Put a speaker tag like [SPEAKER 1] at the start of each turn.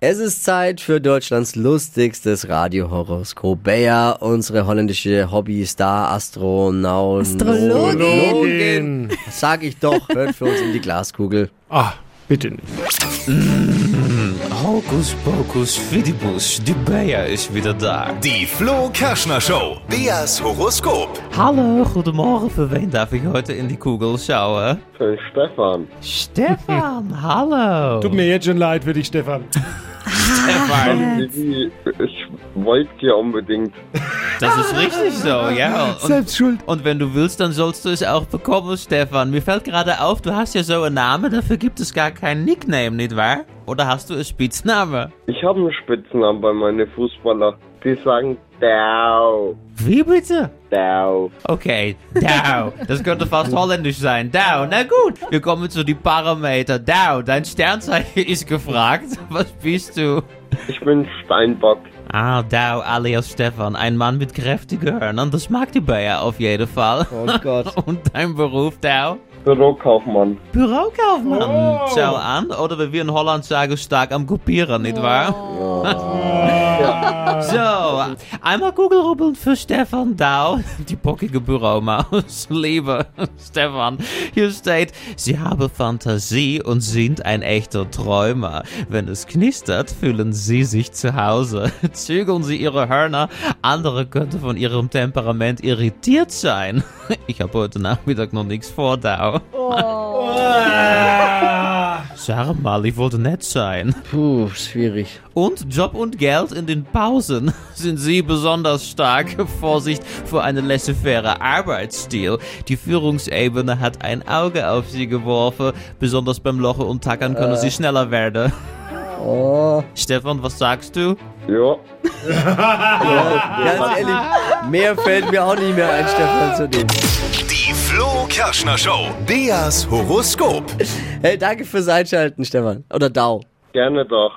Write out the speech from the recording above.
[SPEAKER 1] Es ist Zeit für Deutschlands lustigstes Radiohoroskop. Bea, unsere holländische Hobby-Star-Astronaut.
[SPEAKER 2] Astrologin.
[SPEAKER 1] Astrologin. Sag ich doch, hört für uns in die Glaskugel.
[SPEAKER 3] Ah, bitte nicht.
[SPEAKER 4] Hocus pocus fidibus, die Bea is wieder da.
[SPEAKER 5] Die Flo Kerschner Show. Beas Horoskop.
[SPEAKER 4] Hallo, goedemorgen. Voor wen darf ik heute in die kugel schauen?
[SPEAKER 6] Äh, Stefan.
[SPEAKER 4] Stefan, hallo.
[SPEAKER 3] Tut mir jetzt schon leid für dich, Stefan.
[SPEAKER 4] Stefan.
[SPEAKER 6] Didi, Ähm, Ich wollte dir unbedingt.
[SPEAKER 4] Das ist richtig so, ja. Und,
[SPEAKER 3] Selbst schuld.
[SPEAKER 4] und wenn du willst, dann sollst du es auch bekommen, Stefan. Mir fällt gerade auf, du hast ja so einen Namen, dafür gibt es gar keinen Nickname, nicht wahr? Oder hast du einen Spitzname?
[SPEAKER 6] Ich habe einen Spitznamen bei meinen Fußballer. Die sagen Dau,
[SPEAKER 4] Wie bitte?
[SPEAKER 6] Dau.
[SPEAKER 4] Okay, Dow. Das könnte fast holländisch sein. Dow. Nou Na gut, wir kommen zu die Parameter. Dow, dein Sternzeichen ist gefragt. Was bist du?
[SPEAKER 6] Ich bin Steinbock.
[SPEAKER 4] Ah, Dow alias Stefan, ein Mann mit kräftigen Hörnern. Das mag die Bayer auf jeden Fall.
[SPEAKER 1] Oh Gott.
[SPEAKER 4] Und dein Beruf, Dow?
[SPEAKER 6] Bürokaufmann.
[SPEAKER 4] Bürokaufmann. Schau an, oder wie wir in Holland sagen, stark am Kopieren, nicht wahr? So, einmal Kugelrubbeln für Stefan Dau, die bockige Büromaus. Liebe Stefan, hier steht, Sie haben Fantasie und sind ein echter Träumer. Wenn es knistert, fühlen Sie sich zu Hause. Zügeln Sie Ihre Hörner, andere könnten von Ihrem Temperament irritiert sein. Ich habe heute Nachmittag noch nichts vor, Dau. Sag mal, ich wollte nett sein.
[SPEAKER 1] Puh, schwierig.
[SPEAKER 4] Und Job und Geld in den Pausen sind sie besonders stark. Vorsicht vor einem laissez-faire Arbeitsstil. Die Führungsebene hat ein Auge auf sie geworfen. Besonders beim Lochen und Tackern können sie schneller werden. Stefan, was sagst du?
[SPEAKER 6] Ja.
[SPEAKER 1] Ganz ehrlich, mehr fällt mir auch nicht mehr ein, Stefan, zu dem.
[SPEAKER 5] Die Flo Kerschner Show. Beas Horoskop.
[SPEAKER 1] Hey, danke fürs Einschalten, Stefan. Oder Dau.
[SPEAKER 6] Gerne doch.